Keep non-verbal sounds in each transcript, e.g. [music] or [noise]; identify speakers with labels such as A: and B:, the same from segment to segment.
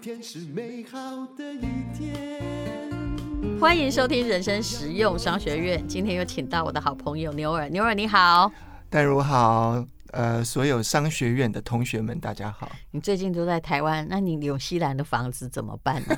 A: 天是美好的一天。
B: 欢迎收听人生实用商学院。今天又请到我的好朋友牛尔，牛尔你好，
C: 戴如好，呃，所有商学院的同学们，大家好，
B: 你最近都在台湾，那你纽西兰的房子怎么办呢？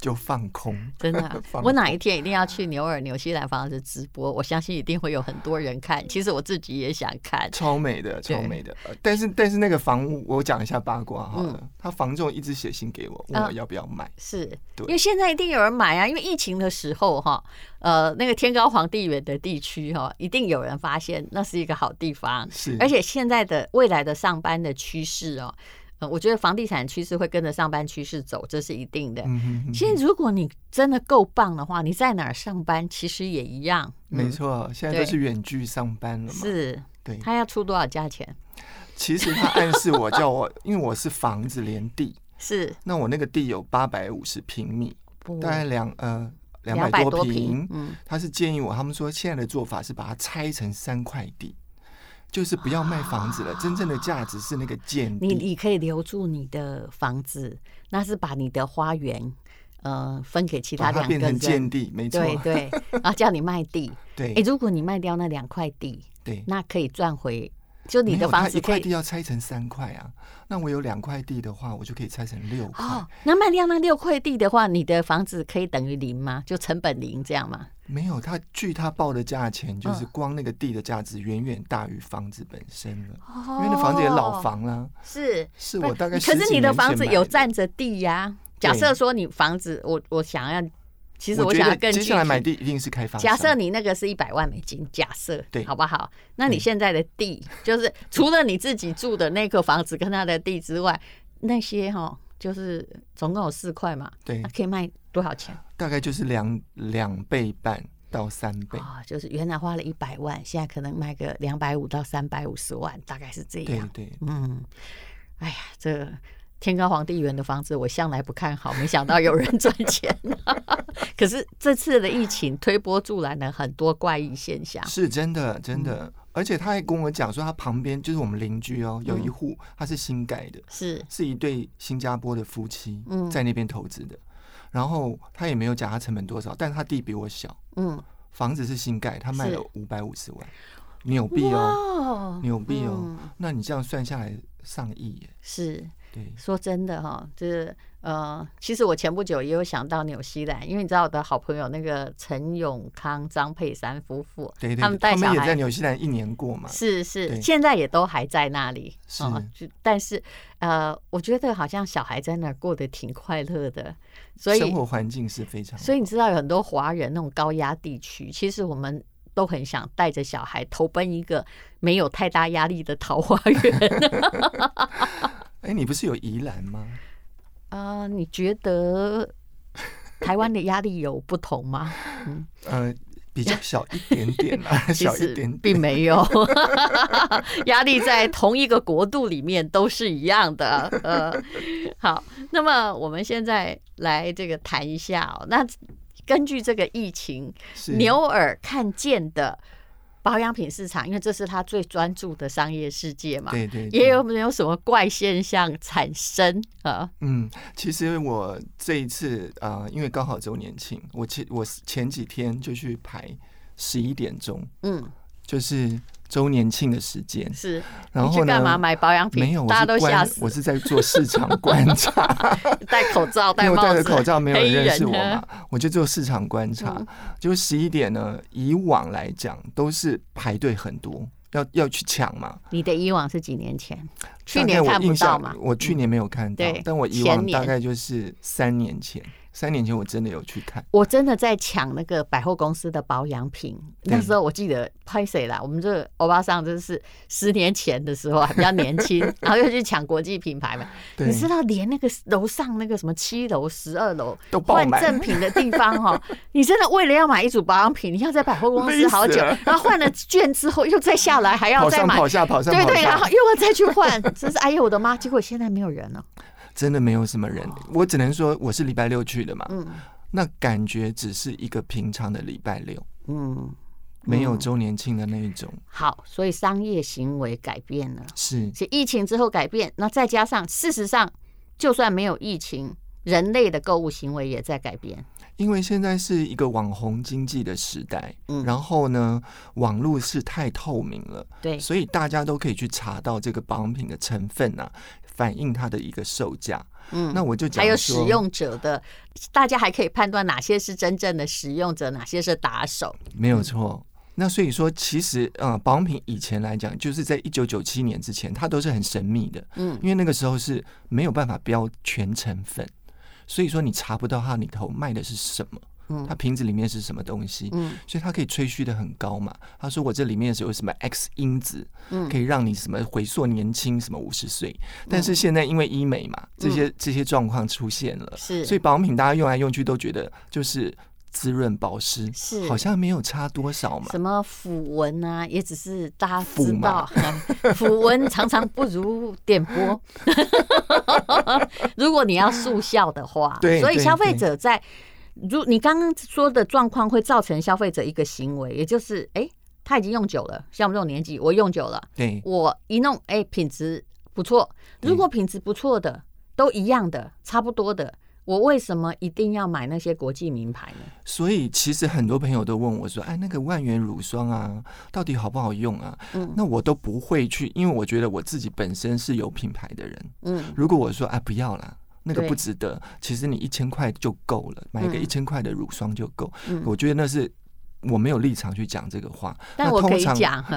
C: 就放空，
B: 真的啊、
C: 放
B: 我哪一天一定要去牛尔纽西兰房子直播，我相信一定会有很多人看。其实我自己也想看，
C: 超美的，
B: 对
C: 超美的。呃但是但是那个房屋，我讲一下八卦好了，
B: 嗯
C: 他房仲一直写信给我，问
B: 啊
C: 我要不要买。
B: 是
C: 对
B: 因为现在一定有人买啊，因为疫情的时候哈，呃，那个天高皇帝远的地区哈，一定有人发现那是一个好地方，
C: 是，
B: 而且现在的未来的上班的趋势哦，呃，我觉得房地产趋势会跟着上班趋势走，这是一定的。
C: 嗯哼哼
B: 其实如果你真的够棒的话，你在哪儿上班其实也一样。
C: 没错，现在
B: 对
C: 都是远距上班了嘛。
B: 是
C: 对，
B: 他要出多少价钱？
C: 其实他暗示我叫我，因为我是房子连地，
B: 是
C: 那我那个地有八百五十平米，
B: 不
C: 大概两呃两
B: 200
C: 百
B: 哦多
C: 多
B: 平
C: 平，，
B: 嗯，
C: 他是建议我，他们说现在的做法是把它拆成三块地，就是不要卖房子了，真正的价值是那个建
B: 啊你
C: 地。
B: 你可以留住你的房子，那是把你的花园，呃，分给其他
C: 把它
B: 两个
C: 变成
B: 人。
C: 建地，没错，
B: 对对，然后叫你卖地。
C: [laughs] 对
B: 哎，如果你卖掉那两块地，
C: 对
B: 那可以赚回，就你
C: 没
B: 的
C: 有它
B: 房子
C: 一
B: 可
C: 块
B: 以
C: 地要拆成三块啊，那我有两块地的话，我就可以拆成六块。
B: 哦，那卖掉那六块地的话，你的房子可以等于零吗？就成本零这样吗？
C: 没有，他据他报的价钱，
B: 嗯
C: 就是光那个地的价值远远大于房子本身了，因为那房子也老房啦、
B: 是，
C: 哦是
B: 哦不
C: 我大概
B: 可
C: 十
B: 是
C: 几
B: 你的
C: 年
B: 房
C: 前
B: 子
C: 买
B: 有
C: 的
B: 占着地呀、假
C: 对
B: 设说你房子，我我想要，其实
C: 我觉
B: 想要
C: 得
B: 更
C: 接
B: 具
C: 下来买
B: 体
C: 地一定是开发商。
B: 假设你那个是一百万美金，假设
C: 对嗯
B: 好不好？那你
C: 对
B: 现在的地，就是除了你自己住的那个房子跟他的地之外，那些哈，就是总共有四块嘛，
C: 对
B: 那，可以卖多少钱
C: 大概就是两两倍半到三倍。
B: 啊、就是原来花了一百万，现在可能卖个两百五到三百五十万，大概是这
C: 对
B: 样。
C: 对，
B: 嗯，哎呀，这天高皇帝远的房子，我向来不看好，没想到有人赚钱、 [laughs]
C: [laughs]
B: 可是这次的疫情推波助澜了很多怪异现象。
C: 是真
B: 嗯
C: 的真的。而且他还跟我讲说，他旁边就是我们邻居哦，
B: 嗯
C: 有一户他是新盖的，
B: 是
C: 是一对新加坡的夫妻
B: 嗯
C: 在那边投资的。然后他也没有讲他成本多少，但他地比我小，
B: 嗯，
C: 房子是新盖，他卖了
B: 是
C: 五百五十万，纽币哦，
B: 哇，
C: 纽币哦
B: 嗯。
C: 那你这样算下来上亿耶，
B: 是
C: 对，
B: 说真的哈、就是呃，其实我前不久也有想到纽西兰，因为你知道我的好朋友那个陈永康、张佩珊夫妇，
C: 对对，
B: 他们带
C: 他
B: 小
C: 们也在
B: 孩。
C: 纽西兰一年过嘛，
B: 是是，
C: 对
B: 现在也都还在那里，
C: 是
B: 嗯就但是呃，我觉得好像小孩在那儿过得挺快乐的，所以
C: 生活环境是非常好，
B: 所以你知道有很多华人那种高压地区，其实我们都很想带着小孩投奔一个没有太大压力的桃花
C: [laughs]
B: 源。
C: 哎，你不是有宜兰吗？
B: 呃，你觉得台湾的压力有不同吗？
C: 呃，比较小一点点啦，
B: [laughs] 其
C: 小一
B: 实
C: 点
B: 并
C: 点。
B: 没有， [laughs] 压力在同一个国度里面都是一样的。呃，好，那么我们现在来这个谈一下哦。那根据这个疫情，
C: 是
B: 牛尔看见的保养品市场，因为这是他最专注的商业世界嘛，
C: 对对，对
B: 也有没有什么怪现象产生啊？
C: 嗯，其实我这一次啊、呃因为刚好周年庆，我前我前几天就去排十一点钟，
B: 嗯，
C: 就是周年庆的时间。
B: 是。
C: 然
B: 你去
C: 后
B: 干嘛
C: 呢？
B: 买保养品？
C: 没有，我
B: 大家
C: 是
B: 都吓
C: 观
B: 死
C: 我。是在做市场观
B: [laughs]
C: 察，
B: 戴口罩，
C: 因
B: 戴
C: 为我
B: 帽
C: 戴
B: 子，
C: 着口罩，没有
B: 黑
C: 人认
B: 人
C: 识我
B: 呢嗯
C: 嘛，我就做市场观察。就十一点呢，以往来讲都是排队很多，要要去抢嘛。
B: 你的以往是几年前？去
C: 大概
B: 年
C: 我
B: 看不
C: 印
B: 到
C: 象
B: 嘛？嗯
C: 我去年没有看到，
B: 对
C: 但我以
B: 前
C: 往
B: 年
C: 大概就是三年前，三年前我真的有去看。
B: 我真的在抢那个百货公司的保养品，那时候我记得拍谁
C: 嗯
B: 啦？我们这个欧巴桑真是十年前的时候还比较年
C: [laughs]
B: 轻，然后又去抢国际品牌嘛。
C: 对
B: 你知道，连那个楼上那个什么七楼、十二楼
C: 都爆
B: 换
C: 满
B: 正品的地方
C: [laughs]
B: 哦，你真的为了要买一组保养品，你要在百货公司好久
C: 累死了，
B: 然后换了券之后又再下来，还要
C: 跑
B: 再
C: 上
B: 买
C: 跑。下跑上
B: 对
C: 跑
B: 对，然后
C: 下，
B: 又要再去换，真是哎呦我的妈！结果现在没有人了。
C: 真的没有什么人。
B: 哦
C: 我只能说我是礼拜六去的嘛，
B: 嗯
C: 那感觉只是一个平常的礼拜六，
B: 嗯，
C: 没有周年庆的那一种。
B: 好，所以商业行为改变了，
C: 是
B: 是疫情之后改变。那再加上，事实上，就算没有疫情，人类的购物行为也在改变。
C: 因为现在是一个网红经济的时代，
B: 嗯
C: 然后呢，网络是太透明了，
B: 对，
C: 所以大家都可以去查到这个保养品的成分啊，反映它的一个售价。
B: 嗯
C: 那我就讲
B: 还有使
C: 说
B: 用者的，大家还可以判断哪些是真正的使用者，哪些是打手。
C: 没有错。那所以说，其实呃，保养品以前来讲，就是在一九九七年之前，它都是很神秘的，
B: 嗯
C: 因为那个时候是没有办法标全成分，所以说你查不到它里头卖的是什么，
B: 嗯
C: 它瓶子里面是什么东西，
B: 嗯
C: 所以它可以吹嘘的很高嘛。他说我这里面是有什么 X 因子，
B: 嗯
C: 可以让你什么回溯年轻，什么五十岁。但是现在因为医美嘛，这些
B: 嗯
C: 这些状况出现了，
B: 是
C: 所以保养品大家用来用去都觉得就是滋润保湿，
B: 是
C: 好像没有差多少嘛。
B: 什么符文啊，也只是大家
C: 符
B: 知道
C: 嘛，
B: 符文常常不如点播。 [laughs] 如果你要速效的话，
C: 对
B: 所以
C: 对
B: 消费
C: 对
B: 者在如你刚刚说的状况，会造成消费者一个行为，也就是哎、诶他已经用久了，像我们这种年纪，我用久了，
C: 对，
B: 我一弄，哎、品质不错。
C: 对
B: 如果品质不错的，都一样的，差不多的，我为什么一定要买那些国际名牌呢？
C: 所以其实很多朋友都问我说：“哎，那个万元乳霜啊，到底好不好用啊？”
B: 嗯
C: 那我都不会去，因为我觉得我自己本身是有品牌的人。
B: 嗯，
C: 如果我说啊不要啦，那个
B: 对
C: 不值得，其实你一千块就够了，买一个
B: 嗯
C: 一千块的乳霜就够。
B: 嗯
C: 我觉得那是我没有立场去讲这个话，
B: 但
C: 那
B: 我可
C: 通
B: 以
C: 常
B: 讲，呵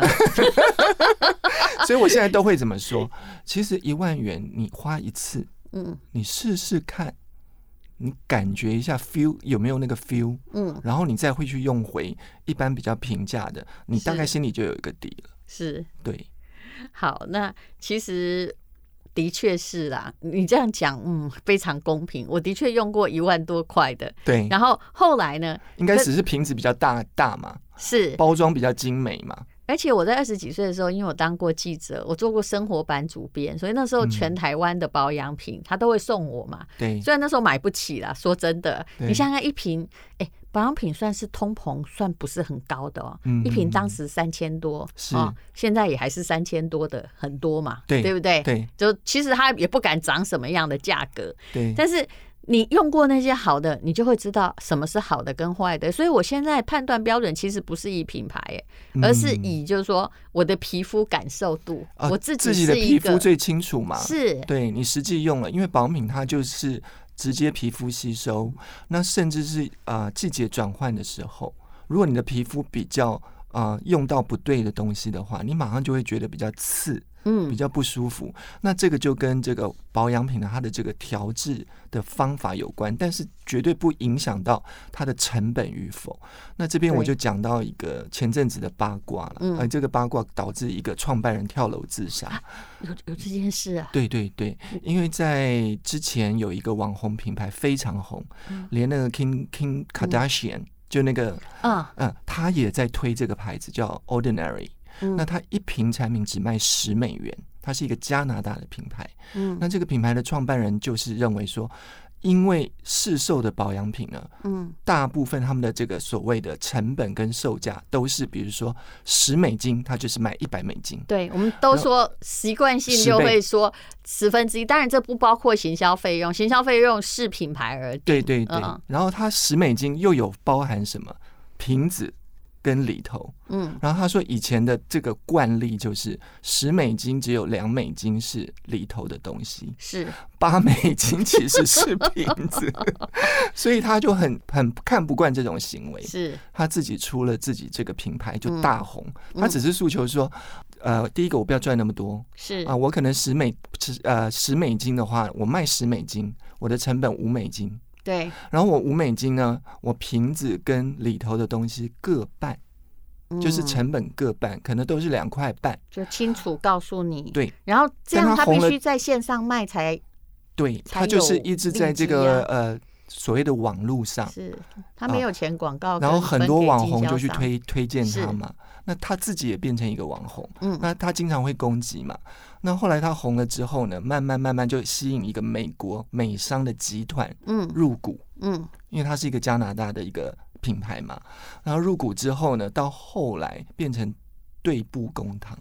C: 所以我现在都会怎么说？其实一万元你花一次，
B: 嗯
C: 你试试看，你感觉一下 feel 有没有那个 feel，
B: 嗯，
C: 然后你再会去用回一般比较平价的，你大概心里就有一个底了。
B: 是
C: 对，
B: 好。那其实的确是啦，你这样讲，嗯，非常公平。我的确用过一万多块的，
C: 对，
B: 然后后来呢
C: 应该只是瓶子比较大大嘛，
B: 是
C: 包装比较精美嘛。
B: 而且我在二十几岁的时候，因为我当过记者，我做过生活版主编，所以那时候
C: 嗯
B: 全台湾的保养品、他都会送我嘛。
C: 对，
B: 虽然那时候买不起啦，说真的，
C: 嗯对
B: 你想想一瓶，哎、保养品算是通膨算不是很高的哦，
C: 嗯
B: 一瓶当时三千多，
C: 是
B: 哦，现在也还是三千多的很多嘛，
C: 对
B: 不对？
C: 对
B: 就其实它也不敢涨什么样的价格，
C: 对，
B: 但是你用过那些好的，你就会知道什么是好的跟坏的。所以我现在判断标准其实不是以品牌、欸，而是
C: 嗯
B: 以就是说我的皮肤感受度，
C: 啊
B: 我自己
C: 自己的
B: 是一
C: 皮
B: 个
C: 肤最清楚嘛。
B: 是
C: 对你实际用了，因为保养品它就是直接皮肤吸收，那甚至是啊、呃季节转换的时候，如果你的皮肤比较啊、呃用到不对的东西的话，你马上就会觉得比较刺，比
B: 嗯
C: 较不舒服。那这个就跟这个保养品的它的这个调制的方法有关，但是绝对不影响到它的成本与否。那这边
B: 对
C: 我就讲到一个前阵子的八卦了，
B: 嗯
C: 呃，这个八卦导致一个创办人跳楼自
B: [laughs]
C: 杀。
B: 有有这件事啊，
C: 对对对，因为在之前有一个网红品牌非常红，连那个 King King Kardashian、就那个
B: 嗯
C: 嗯，他也在推这个牌子叫 Ordinary。
B: 嗯
C: 那它一瓶产品只卖十美元，它是一个加拿大的品牌。
B: 嗯
C: 那这个品牌的创办人就是认为说，因为市售的保养品呢，
B: 嗯
C: 大部分他们的这个所谓的成本跟售价都是，比如说十美金，它就是卖一百美金。
B: 对，我们都说习惯性就会说十分之一，当然这不包括行销费用，行销费用视品牌而定。
C: 对对对，
B: 嗯
C: 然后它十美金又有包含什么瓶子跟里头。
B: 嗯
C: 然后他说以前的这个惯例就是十美金只有两美金是里头的东西，
B: 是
C: 八美金其实是瓶子， [laughs] 所以他就很很看不惯这种行为。
B: 是
C: 他自己出了自己这个品牌就
B: 嗯
C: 大红，他只是诉求说，呃，第一个我不要赚那么多
B: 是
C: 啊，我可能十美十呃十美金的话，我卖十美金，我的成本五美金，
B: 对，
C: 然后我五美金呢，我瓶子跟里头的东西各半，就是
B: 嗯
C: 成本各半，可能都是两块半。
B: 就清楚告诉你。
C: 对，
B: 然后这样
C: 但
B: 他
C: 它
B: 必
C: 红了
B: 须在线上卖才
C: 对，
B: 才
C: 他就是
B: 有
C: 一直
B: 利
C: 在
B: 基
C: 这个
B: 啊
C: 呃所谓的网络上，
B: 是，他没有钱广告，
C: 啊然后
B: 跟
C: 很
B: 分
C: 多
B: 给
C: 网
B: 经
C: 红
B: 销
C: 就去
B: 商。
C: 推推荐他
B: 是
C: 嘛。那他自己也变成一个网红，
B: 嗯
C: 那他经常会攻击嘛。那后来他红了之后呢，慢慢慢慢就吸引一个美国美商的集团
B: 嗯
C: 入股，
B: 嗯，
C: [laughs] 因为它是一个加拿大的一个品牌嘛。然后入股之后呢，到后来变成对簿公堂，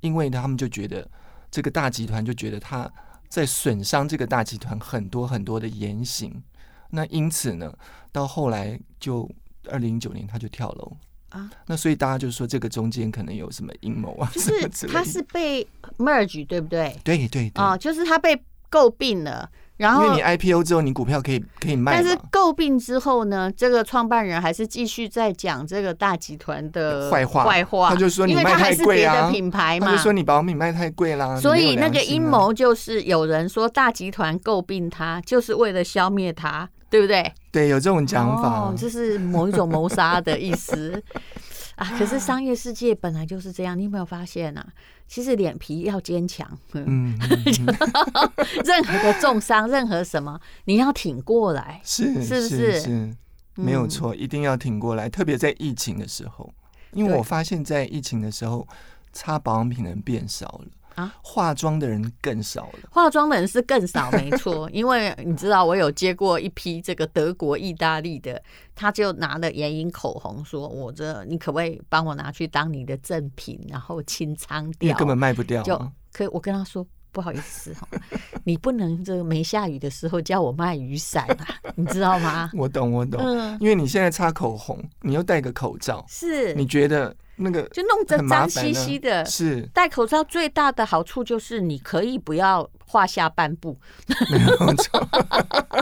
C: 因为他们就觉得这个大集团就觉得他在损伤这个大集团很多很多的言行。那因此呢，到后来就二零一九年他就跳楼
B: 啊。
C: 那所以大家就说这个中间可能有什么阴谋啊，
B: 就
C: 什么
B: 是
C: 之类
B: 他
C: 的
B: 是被 merge 对不对？
C: [laughs] 对对对，
B: 哦，就是他被诟病了，然
C: 因为
B: 后
C: 你 IPO 之后，你股票可以可以卖
B: 但是
C: 嘛，
B: 诟病之后呢，这个创办人还是继续在讲这个大集团的
C: 坏话
B: 坏话，
C: 他就说你
B: 因为
C: 卖
B: 他还
C: 太
B: 是
C: 贵
B: 别的
C: 啊
B: 品牌
C: 他
B: 嘛
C: 就，说你保米卖太贵啦，你
B: 哎所
C: 没有
B: 以那
C: 良
B: 个
C: 心
B: 阴
C: 啊。
B: 谋就是有人说大集团诟病他，就是为了消灭他，对不对？
C: 对，有这种讲法，
B: 哦，这是某一种谋杀的意
C: [laughs]
B: 思啊。可是商业世界本来就是这样，你有没有发现啊？其实脸皮要坚强，嗯
C: 嗯，嗯嗯
B: [laughs] 任何的重伤，任何什么，你要挺过来。[laughs]
C: 是
B: 是不是
C: 是是，没
B: 嗯
C: 有错，一定要挺过来，特别在疫情的时候，因为
B: 对
C: 我发现，在疫情的时候，擦保养品的人变少了。
B: 啊
C: 化妆的人更少了，
B: 化妆的人是更少，没错，因为你知道我有接过一批这个德国、意大利的，他就拿了眼影、口红，说我这你可不可以帮我拿去当你的赠品，然后清仓
C: 因
B: 掉
C: 为？根本卖不掉
B: 就
C: 啊。
B: 可我跟他说。不好意思哈， [laughs] 你不能这个没下雨的时候叫我卖雨伞啊，你知道
C: [laughs]
B: 吗？
C: 我懂，我懂，
B: 嗯，
C: 因为你现在擦口红，你又戴个口罩，
B: 是，
C: 你觉得那个
B: 就弄得
C: 很麻
B: 脏
C: 烦
B: 兮兮
C: 呢
B: 的。
C: 是
B: 戴口罩最大的好处就是你可以不要画下半部，
C: 没有错，
B: [laughs]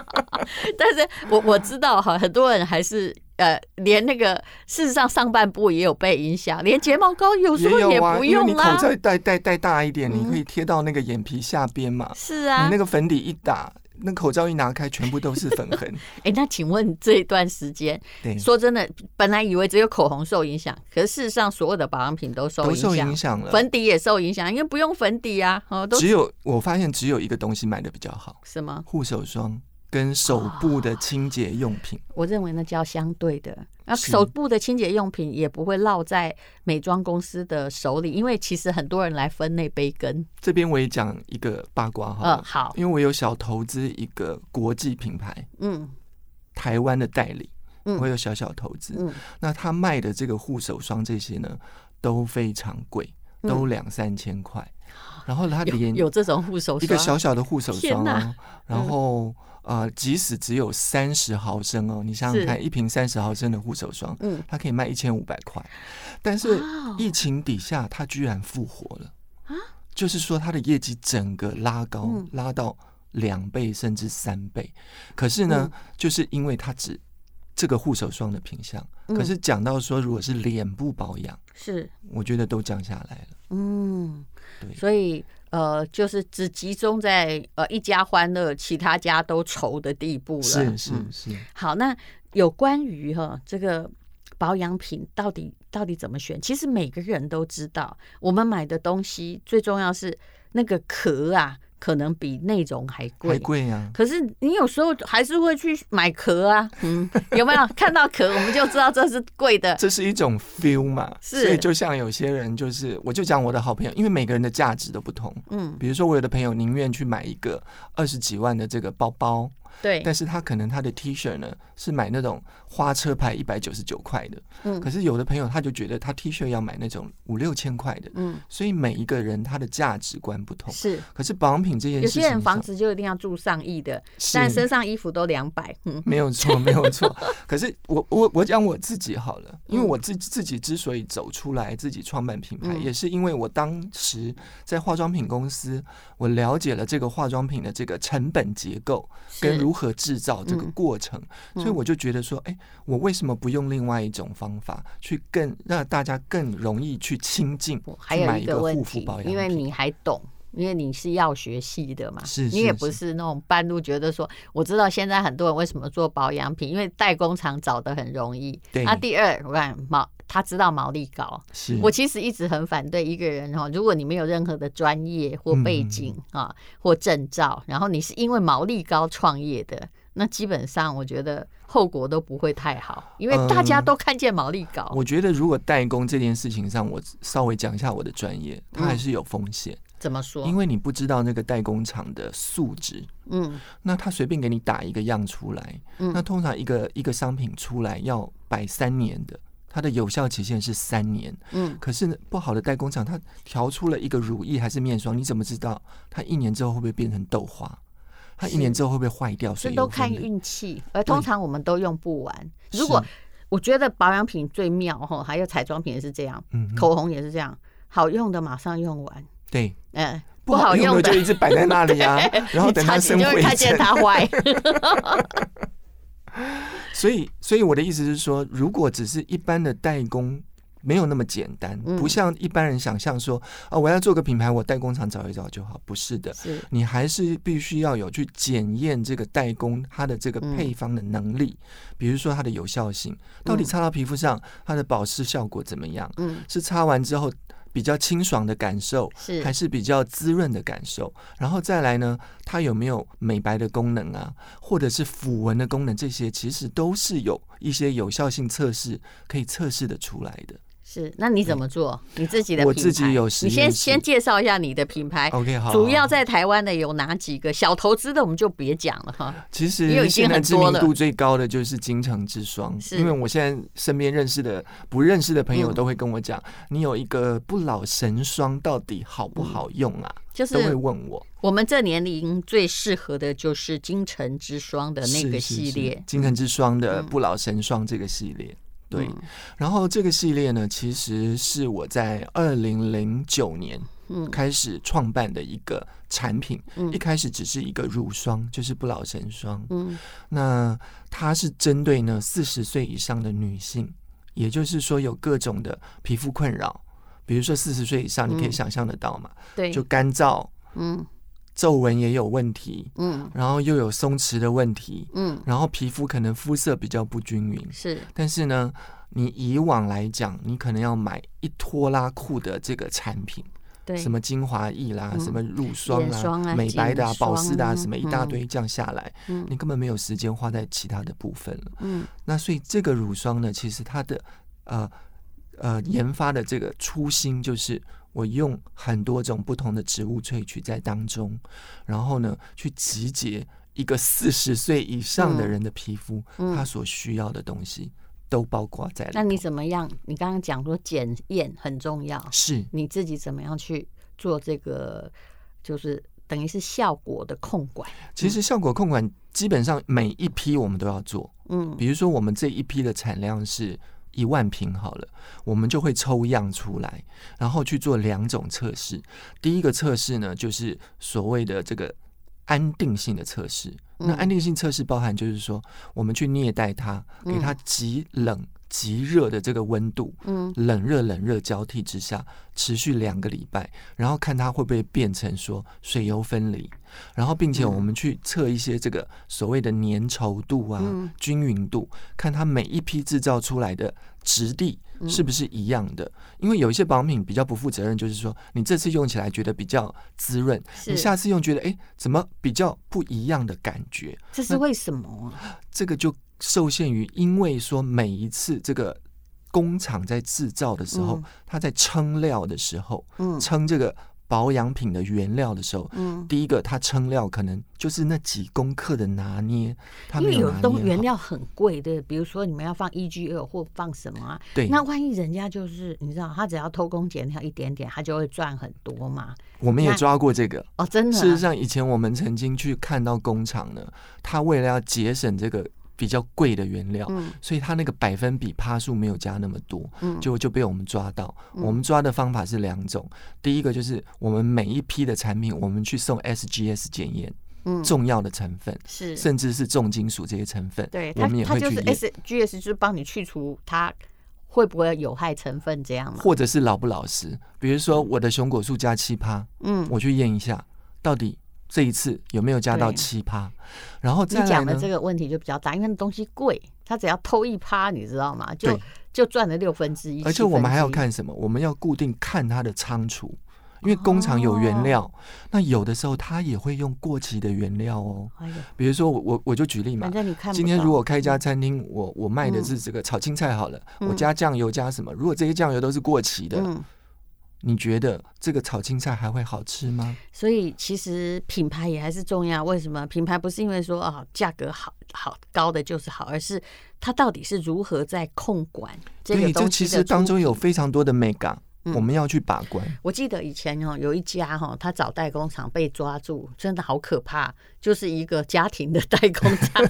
B: 但是我我知道哈，很多人还是呃，连那个事实上上半部也有被影响，连睫毛膏有时
C: 也
B: 候
C: 有啊，
B: 不
C: 因为
B: 用
C: 你口
B: 啦。
C: 罩戴戴戴大一点，你
B: 嗯
C: 可以贴到那个眼皮下边嘛。
B: 是
C: 你
B: 啊
C: 那，个粉底一打，那口罩一拿开，全部都是粉
B: [laughs]
C: 痕。
B: 哎，那请问这一段时间，
C: 对，
B: 说真的，本来以为只有口红受影响，可是事实上所有的保养品都受
C: 都受
B: 影
C: 影
B: 响，
C: 响了。
B: 粉底也受影响，因为不用粉底啊，哦，都
C: 只有我发现只有一个东西卖的比较好，
B: 什么？
C: 护手霜跟手
B: 啊
C: 部的清洁用品。
B: 我认为那叫相对的。那
C: 是
B: 手部的清洁用品也不会落在美妆公司的手里，因为其实很多人来分那杯羹。
C: 这边我也讲一个八卦哈，
B: 嗯，好，
C: 因为我有小投资一个国际品牌
B: 嗯
C: 台湾的代理，
B: 嗯
C: 我有小小投资。
B: 嗯，
C: 那他卖的这个护手霜这些呢，都非常贵，
B: 嗯啊
C: 都两三千块。然后他
B: 有
C: 连
B: 有这种护手霜，
C: 一个小小的护手
B: 啊天
C: 霜
B: 哪嗯
C: 哦，然后呃，即使只有三十毫升哦，你想
B: 是
C: 想看，一瓶三十毫升的护手霜，
B: 嗯，哦
C: 它可以卖一千五百块，但是疫情底下它居然复活了就是说它的业绩整个拉高
B: 啊嗯，
C: 拉到两倍甚至三倍，可是呢，
B: 嗯
C: 就是因为它只这个护手霜的品相，
B: 嗯
C: 可是讲到说如果是脸部保养，
B: 是，
C: 我觉得都降下来了，
B: 嗯，
C: 对
B: 所以呃，就是只集中在呃一家欢乐，其他家都愁的地步了。
C: 是是
B: 嗯
C: 是。
B: 好，那有关于哈这个保养品到底到底怎么选？其实每个人都知道，我们买的东西最重要是那个壳啊，可能比内容还贵。
C: 还贵啊呀、
B: 可是你有时候还是会去买壳啊，嗯， [laughs] 有没有看到壳我们就知道这是贵的？
C: 这是一种 feel 嘛，
B: 是
C: 所以就像有些人就是，我就讲我的好朋友，因为每个人的价值都不同。
B: 嗯，
C: 比如说，我有的朋友宁愿去买一个二十几万的这个包包，
B: 对，
C: 但是他可能他的 T 恤呢是买那种花车牌一百九十九块的，
B: 嗯
C: 可是有的朋友他就觉得他 T 恤要买那种五六千块的，
B: 嗯，
C: 所以每一个人他的价值观不同。
B: 是。
C: 可是保养品这件
B: 有
C: 事情
B: 些
C: 上，
B: 人房子就一定要住上亿的，
C: 是
B: 但身上衣服都两百，嗯，
C: 没有错，没有错。可是我我我讲我自己好了，因为我自自己之所以走出来，自己创办品牌，
B: 嗯
C: 也是因为我当时在化妆品公司，我了解了这个化妆品的这个成本结构跟
B: 是
C: 如何制造这个
B: 嗯
C: 过程，所以我就觉得说，哎，我为什么不用另外一种方法去更让大家更容易去亲近
B: 我，还
C: 去
B: 有
C: 买
B: 一
C: 个
B: 个问
C: 护肤
B: 题
C: 保养，品？
B: 因为你还懂。因为你是药学系的嘛，
C: 是
B: 你也
C: 是
B: 不
C: 是
B: 是那种半路觉得说，我知道现在很多人为什么做保养品，因为代工厂找的很容易。
C: 对
B: 那、第二，我看毛他知道毛利高，
C: 是
B: 我其实一直很反对一个人哦哈，如果你没有任何的专业或背
C: 嗯
B: 景啊，或证照，然后你是因为毛利高创业的，那基本上我觉得后果都不会太好，因为大家
C: 嗯
B: 都看见毛利高。
C: 我觉得如果代工这件事情上，我稍微讲一下我的专业，
B: 嗯
C: 它还是有风险，
B: 怎么说
C: 因？为你不知道那个代工厂的素质。
B: 嗯
C: 那他随便给你打一个样出来，
B: 嗯
C: 那通常一个一个商品出来要摆三年的，它的有效期限是三年。
B: 嗯，
C: 可是呢不好的代工厂，它调出了一个乳液还是面霜，你怎么知道它一年之后会不会变成豆花？它一
B: 是
C: 年之后会不会坏掉？
B: 这
C: 水
B: 都
C: 油
B: 看 [laughs]
C: 分离
B: 运气，而通
C: 对
B: 常我们都用不完。如果
C: 是
B: 我觉得保养品最妙哈，还有彩妆品也是这样，
C: 嗯哼
B: 口红也是这样，好用的马上用完，
C: 对
B: 嗯、
C: 不好用
B: [laughs] 用
C: [laughs] 的就一直摆在那里啊
B: 对，
C: 然后
B: 你 [laughs]
C: 等
B: 差
C: 它
B: 点
C: 生
B: 就会
C: 灰
B: 看见
C: 尘。
B: 它
C: [laughs]
B: 坏。
C: 所以，所以我的意思是说，如果只是一般的代工。没有那么简单，
B: 嗯
C: 不像一般人想象说啊，我要做个品牌，我代工厂找一找就好。不是的，
B: 是，
C: 你还是必须要有去检验这个代工它的这个配方的能力，
B: 嗯
C: 比如说它的有效性，到底擦到皮肤上它的保湿效果怎么样？
B: 嗯，
C: 是擦完之后比较清爽的感受，
B: 是
C: 还是比较滋润的感受？然后再来呢，它有没有美白的功能啊，或者是抚纹的功能？这些其实都是有一些有效性测试可以测试的出来的。
B: 是。那你怎么做？你自己的
C: 我
B: 品
C: 自己
B: 牌
C: 有
B: 你
C: 实
B: 先
C: 验室
B: 先介绍一下你的品牌。
C: OK，好，
B: 哎主要
C: 好
B: 在台湾的有哪几个？小投资的我们就别讲了哈。
C: 其
B: 也有已
C: 实
B: 经
C: 现在
B: 很
C: 知
B: 多
C: 名
B: 了
C: 度最高的就是金城之霜，
B: 是
C: 因为我现在身边认识的、不认识的朋友
B: 嗯
C: 都会跟我讲，你有一个不老神霜到底好不好用啊？
B: 就
C: 都会
B: 是
C: 问我
B: 我们这年龄最适合的就是金城之霜的那
C: 是
B: 个
C: 是
B: 系
C: 是
B: 列。
C: 金城之霜的
B: 嗯
C: 不老神霜这个系列。对，
B: 嗯
C: 然后这个系列呢，其实是我在二零零九年
B: 嗯
C: 开始创办的一个产品。
B: 嗯
C: 一开始只是一个乳霜，就是不老神霜。
B: 嗯
C: 那它是针对呢四十岁以上的女性，也就是说有各种的皮肤困扰，比如说四十岁以上，你可以
B: 嗯
C: 想象得到嘛，
B: 对，
C: 就干燥、
B: 嗯
C: 皱纹也有问题，
B: 嗯
C: 然后又有松弛的问题，
B: 嗯
C: 然后皮肤可能肤色比较不均匀。
B: 是
C: 但是呢，你以往来讲，你可能要买一拖拉库的这个产品，
B: 对，
C: 什么精华液啦，
B: 嗯
C: 什么乳霜
B: 眼霜啊
C: 美白的、啊
B: 颈、霜啊
C: 保湿的、啊，什么一大
B: 嗯
C: 堆这样下来，
B: 嗯
C: 你根本没有时间花在其他的部分了。
B: 嗯
C: 那所以这个乳霜呢，其实它的呃呃研发的这个初心就是。我用很多种不同的植物萃取在当中，然后呢，去集结一个四十岁以上的
B: 嗯
C: 人的皮肤，他
B: 嗯。
C: 所需要的东西都包括在里头。
B: 那你怎么样？你刚刚讲说检验很重要，
C: 是
B: 你自己怎么样去做这个，就是等于是效果的控管。
C: 其实效果控管基本上每一批我们都要做，
B: 嗯
C: 比如说我们这一批的产量是一万瓶好了，我们就会抽样出来，然后去做两种测试。第一个测试呢，就是所谓的这个安定性的测试。那
B: 嗯
C: 安定性测试包含就是说，我们去虐待它，给它极冷极热的这个温度，
B: 嗯
C: 冷热冷热交替之下，持续两个礼拜，然后看它会不会变成说水油分离，然后并且我们去测一些这个所谓的粘稠度啊、
B: 嗯
C: 均匀度，看它每一批制造出来的质地
B: 嗯
C: 是不是一样的。因为有一些保养品比较不负责任，就是说你这次用起来觉得比较滋润，
B: 是
C: 你下次用觉得哎怎么比较不一样的感觉，
B: 这是为什么啊？
C: 这个就受限于，因为说每一次这个工厂在制造的时候
B: 嗯，
C: 它在称料的时候，
B: 嗯
C: 称这个保养品的原料的时候，
B: 嗯，
C: 第一个它称料可能就是那几公克的拿捏，它
B: 因
C: 没
B: 为有
C: 拿
B: 东
C: 捏
B: 原
C: 好。
B: 料很贵，对，比如说你们要放 EGL 或放什么啊？
C: 对，
B: 那万一人家就是你知道，他只要偷工减料一点点，他就会赚很多嘛。
C: 我们也
B: 那
C: 抓过这个。
B: 哦，真的啊、
C: 事实上，以前我们曾经去看到工厂呢，它为了要节省这个比较贵的原料，
B: 嗯
C: 所以它那个百分比趴数没有加那么多，
B: 嗯
C: 就就被我们抓到。我们抓的方法是两种，第一个就是我们每一批的产品，我们去送 SGS 检验
B: 嗯
C: 重要的成分，
B: 是
C: 甚至是重金属这些成分，
B: 对他
C: 我们也
B: 他
C: 会
B: 就
C: 去
B: 是
C: 验，
B: SGS 就是帮你去除它会不会有害成分这样嘛。
C: 或者是老不老实。比如说我的熊果素加七趴，
B: 嗯，
C: 我去验一下，到底这一次有没有加到
B: 对
C: 七趴，然后
B: 你
C: 再来
B: 讲
C: 呢
B: 的？这个问题就比较大，因为那东西贵，他只要偷一趴，你知道吗？就
C: 对
B: 就赚了六分之一。
C: 而且
B: 7
C: 我们还要
B: 分之一，
C: 看什么？我们要固定看它的仓储，因为工厂有
B: 哦
C: 原料，那有的时候它也会用过期的原料哦。
B: 哎呀，
C: 比如说我我我就举例嘛
B: 反，正你看不
C: 今天
B: 到嗯
C: 如果开一家餐厅，我我卖的是这个炒青菜好了，我加酱油加什么？如果这些酱油都是过期的，
B: 嗯
C: 你觉得这个炒青菜还会好吃吗？
B: 所以其实品牌也还是重要。为什么品牌不是因为说啊价格好好高的就是好，而是它到底是如何在控管这个
C: 对，
B: 东
C: 这
B: 西
C: 其
B: 的
C: 实
B: 出
C: 当中有非常多的美感，
B: 嗯
C: 我们要去把关。
B: 我记得以前哦，有一家哈、哦，他找代工厂被抓住，真的好可怕，就是一个家庭的代工厂，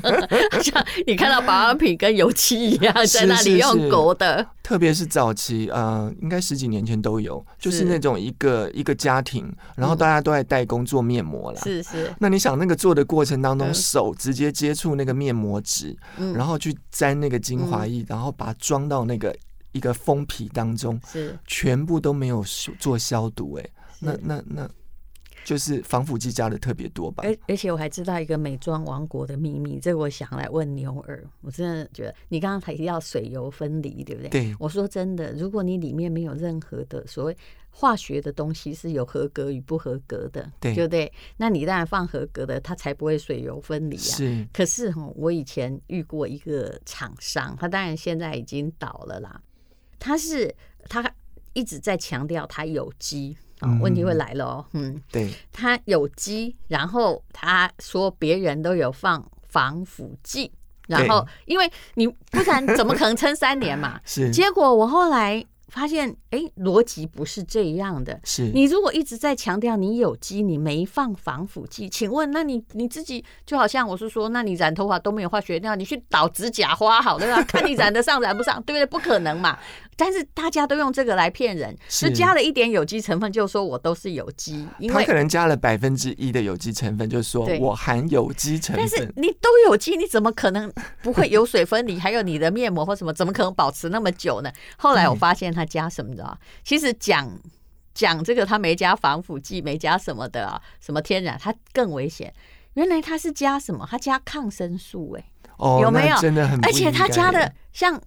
B: 好像你看到保养品跟油漆一样，在
C: 是
B: 那里
C: 是
B: 用
C: 是
B: 狗的，
C: 特别是早期，呃，应该十几年前都有，就是
B: 是
C: 那种一个一个家庭，然后
B: 嗯
C: 大家都在代工做面膜啦。
B: 是是，
C: 那你想，那个做的过程当中，
B: 嗯
C: 手直接接触那个面膜纸，
B: 嗯，
C: 然后去沾那个精华液，然后把它装到那个一个封皮当中，
B: 是
C: 全部都没有消做消毒、哎，那
B: 是
C: 那那，就是防腐剂加的特别多吧？
B: 而而且我还知道一个美妆王国的秘密，这个我想来问牛儿。我真的觉得你刚刚才提到水油分离，对不对？
C: 对
B: 我说真的，如果你里面没有任何的所谓化学的东西，是有合格与不合格的，
C: 对
B: 不对？那你当然放合格的，它才不会水油分离啊。
C: 是，
B: 可是哈，我以前遇过一个厂商，他当然现在已经倒了啦。他是他一直在强调他有机啊、
C: 嗯
B: 问题会来了哦，嗯，
C: 对，？
B: 他有机，然后他说别人都有放防腐剂，然后因为你不然怎么可能撑三年嘛
C: 是
B: 结果我后来发现，哎，逻辑不是这样的。
C: 是。
B: 你如果一直在强调你有机，你没放防腐剂，请问那你你自己就好像我是说，那你染头发都没有化学料，你去倒指甲花好了啦，看你染得上染不上，对不对？不可能嘛！但是大家都用这个来骗人，就是加了一点有机成分，就说我都是有机，因
C: 他
B: 为
C: 可能加了百分之一的有机成分，就说
B: 对
C: 我含有机成
B: 但是
C: 分。
B: 你都有机，你怎么可能不会油水分离？还有你的面膜或什么，怎么可能保持那么久
C: [laughs]
B: 呢？后来我发现他加什么的、啊，其实讲讲这个他没加防腐剂，没加什么的啊，什么天然，它更危险。原来他是加什么？他加抗生素、欸，
C: 哦，
B: 有没有
C: 那真的很不
B: 而
C: 应该，
B: 且他加的像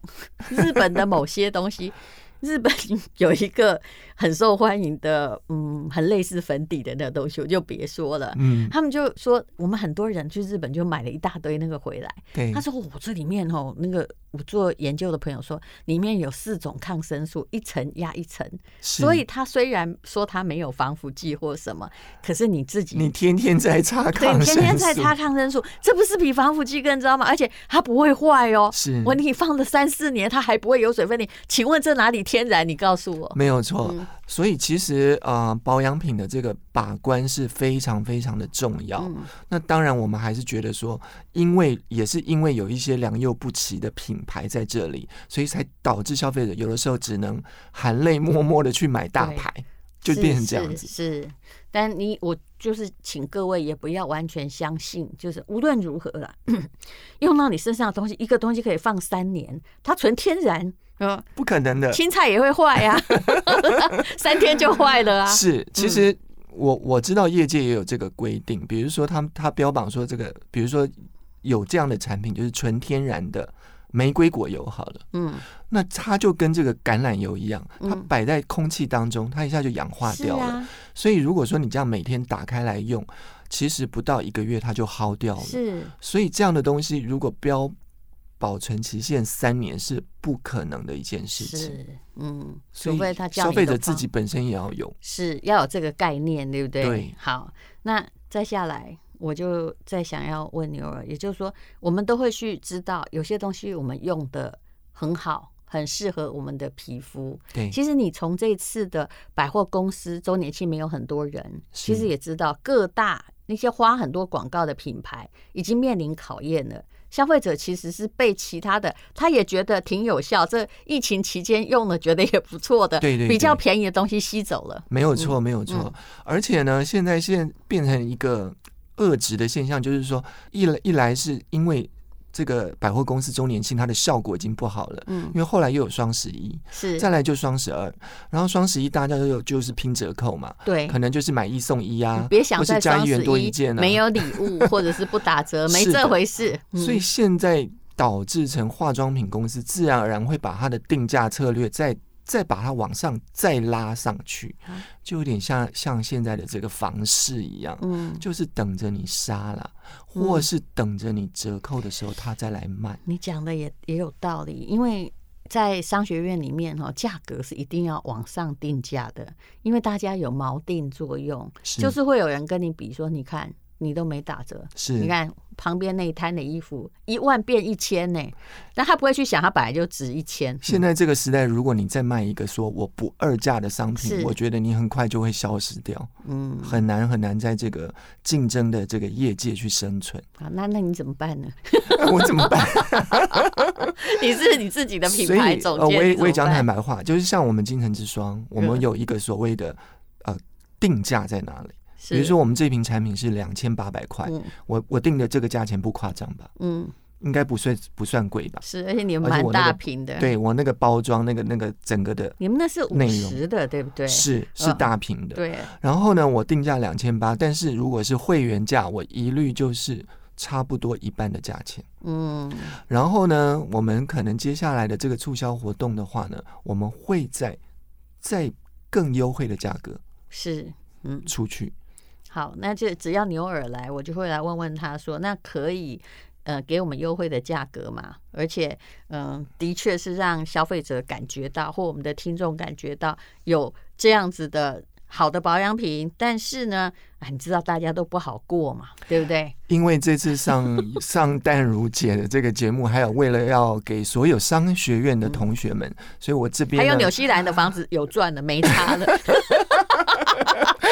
B: 日本的某些东西， [laughs] 日本有一个很受欢迎的，嗯，很类似粉底的那个东西，我就别说了。
C: 嗯，
B: 他们就说，我们很多人去日本就买了一大堆那个回来。
C: 对
B: 他，说：“我、这里面哦，那个我做研究的朋友说，里面有四种抗生素，一层压一层，
C: 是
B: 所以它虽然说它没有防腐剂或什么，可是你自己
C: 你天天在擦
B: 对
C: 抗
B: 你
C: 生素，
B: 天天在擦抗生素，这不是比防腐剂更糟吗？而且它不会坏哦，
C: 是
B: 我你放了三四年，它还不会有水分离，请问这哪里天然？你告诉我。”
C: 没有错
B: 嗯，
C: 所以其实啊、呃保养品的这个把关是非常非常的重要。
B: 嗯
C: 那当然，我们还是觉得说，因为也是因为有一些良莠不齐的品牌在这里，所以才导致消费者有的时候只能含泪默默的去买大
B: 对
C: 牌，就是变成这样子。
B: 是，是但你我就是请各位也不要完全相信，就是无论如何啦， [clears throat] 用到你身上的东西，一个东西可以放三年，它纯天然，嗯，
C: 不可能的。
B: 青菜也会坏
C: [laughs]
B: 呀、 [laughs] 三天就坏了啊。
C: 是，其
B: 嗯
C: 实我我知道业界也有这个规定，比如说他们他标榜说这个，比如说有这样的产品就是纯天然的玫瑰果油好了，
B: 嗯，
C: 那它就跟这个橄榄油一样，它
B: 嗯
C: 摆在空气当中，它一下就氧化
B: 是
C: 掉了。
B: 啊，
C: 所以如果说你这样每天打开来用，其实不到一个月它就耗掉了。
B: 是
C: 所以这样的东西如果标保存期限三年是不可能的一件事情，
B: 是，嗯，
C: 所
B: 除
C: 以
B: 非他叫
C: 消
B: 你
C: 费
B: 的
C: 者自
B: 话
C: 己本身也要有。
B: 是要有这个概念，对不对？
C: 对
B: 好，那再下来，我就再想要问牛儿，也就是说，我们都会去知道有些东西我们用的很好，很适合我们的皮肤。
C: 对，
B: 其实你从这次的百货公司周年庆没有很多人，
C: 是
B: 其实也知道各大那些花很多广告的品牌已经面临考验了。消费者其实是被其他的，他也觉得挺有效，这疫情期间用了觉得也不错的，
C: 对对对
B: 比较便宜的东西吸走了。
C: 没有错，没有错。
B: 嗯
C: 而且呢，现在现变成一个恶质的现象，就是说，一来一来是因为这个百货公司周年庆它的效果已经不好了，
B: 嗯
C: 因，为后来又有双十一，
B: 是，
C: 再来就双十二，然后双十一大家都有就是拼折扣嘛，
B: 对，
C: 可能就是买一送一啊
B: 你，别想
C: 或是
B: 在
C: 加
B: 双
C: 一
B: 十
C: 元多
B: 一
C: 件啊，
B: 没。有礼物或者是不打
C: [laughs]
B: 折，没
C: 是的
B: 这回事。嗯
C: 所以现在导致成化妆品公司自然而然会把它的定价策略再再把它往上再拉上去
B: 啊，
C: 就有点像像现在的这个房市一样。
B: 嗯，
C: 就是等着你杀了，
B: 嗯
C: 或是等着你折扣的时候他再来卖。
B: 你讲的也也有道理，因为在商学院里面哦，价格是一定要往上定价的，因为大家有锚定作用，
C: 是
B: 就是会有人跟你比说，你看你都没打折，
C: 是，
B: 你看嗯旁边那一摊的衣服一万变一千呢，但他不会去想，他本来就值一千。
C: 现在这个时代，如果你再卖一个说我不二价的商品，
B: 是
C: 我觉得你很快就会消失掉，
B: 嗯，
C: 很难很难在这个竞争的这个业界去生存。 [laughs]
B: 好，那那你怎么办呢？
C: 我怎么办？
B: [laughs] 你是你自己的品
C: 所
B: 牌
C: 以
B: 总
C: 呃，
B: 监，
C: 我也
B: 你怎
C: 我也
B: 么
C: 讲
B: 办嗯
C: 坦白话，就是像我们金城之霜，我们有一个所谓的呃定价在哪里？
B: 是
C: 比如说我们这瓶产品是两千八百块，
B: 嗯
C: 我我定的这个价钱不夸张吧？
B: 嗯
C: 应该不算不算贵吧？
B: 是，而且你们
C: 而且
B: 蛮
C: 我那
B: 大
C: 个
B: 瓶的，，
C: 对我那个包装，那个那个整个的
B: 你们那是五
C: 内容
B: 十的，对不对？
C: 是是
B: 嗯
C: 大瓶的，
B: 对，
C: 然后呢，我定价两千八，但是如果是会员价，我一律就是差不多一半的价钱。
B: 嗯，
C: 然后呢，我们可能接下来的这个促销活动的话呢，我们会在再更优惠的价格
B: 是，嗯，
C: 出去。
B: 好，那就只要牛耳来，我就会来问问他说，那可以呃给我们优惠的价格嘛？而且，嗯、的确是让消费者感觉到，或我们的听众感觉到有这样子的好的保养品，但是呢，啊，你知道大家都不好过嘛，对不对？
C: 因为这次上
B: [laughs]
C: 上淡如姐的这个节目，还有为了要给所有商学院的同学们，所以我这边
B: 嗯还有
C: 呢
B: 纽西兰的房子有赚的，没差
C: [laughs]
B: 的，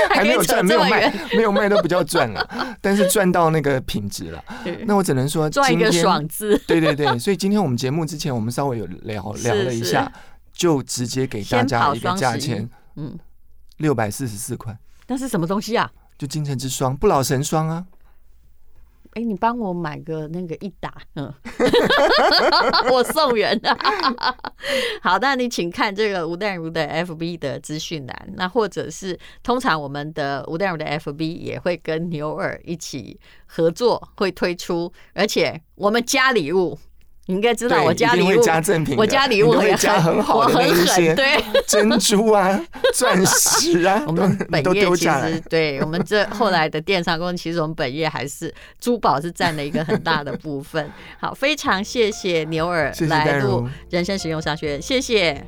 C: 还没有赚，没有卖
B: 远，，
C: 没有卖都不叫赚了，但是赚到那个品质
B: [laughs]
C: 了。那我只能说，
B: 赚一个
C: 今天
B: 爽
C: [laughs]
B: 字，
C: 对对对，所以今天我们节目之前，我们稍微有聊
B: 是
C: 聊了一下，就直接给大家一个价
B: 先跑双十
C: 钱
B: 一，嗯，
C: 六百四十四块，
B: 那是什么东西啊？
C: 就金城之霜不老神霜啊，
B: 哎、你帮我买个那个一打，嗯， [laughs] 我送人 [laughs] 啊。好，那你请看这个吴淡如的 FB 的资讯栏，那或者是通常我们的吴淡如的 FB 也会跟牛耳一起合作，会推出，而且我们加礼物，你应该知道
C: 对
B: 我加
C: 一
B: 礼
C: 定会
B: 物，
C: 加赠品的，
B: 我加礼物
C: 你都
B: 很
C: 会加很好
B: 我
C: 的那
B: 很
C: 一
B: 狠，
C: 些
B: 对。
C: 珍珠啊、钻石 [laughs] 啊，
B: 我们
C: 都
B: 本
C: 你都
B: 业
C: 丢
B: 其
C: 下
B: 实
C: 来。
B: 对我们这后来的电商公司，其实我们本业还是珠宝是占了一个很大的部分。好，非常谢谢牛耳
C: 谢谢
B: 来
C: 丹
B: 录
C: 如
B: 人生实用商学院，谢谢。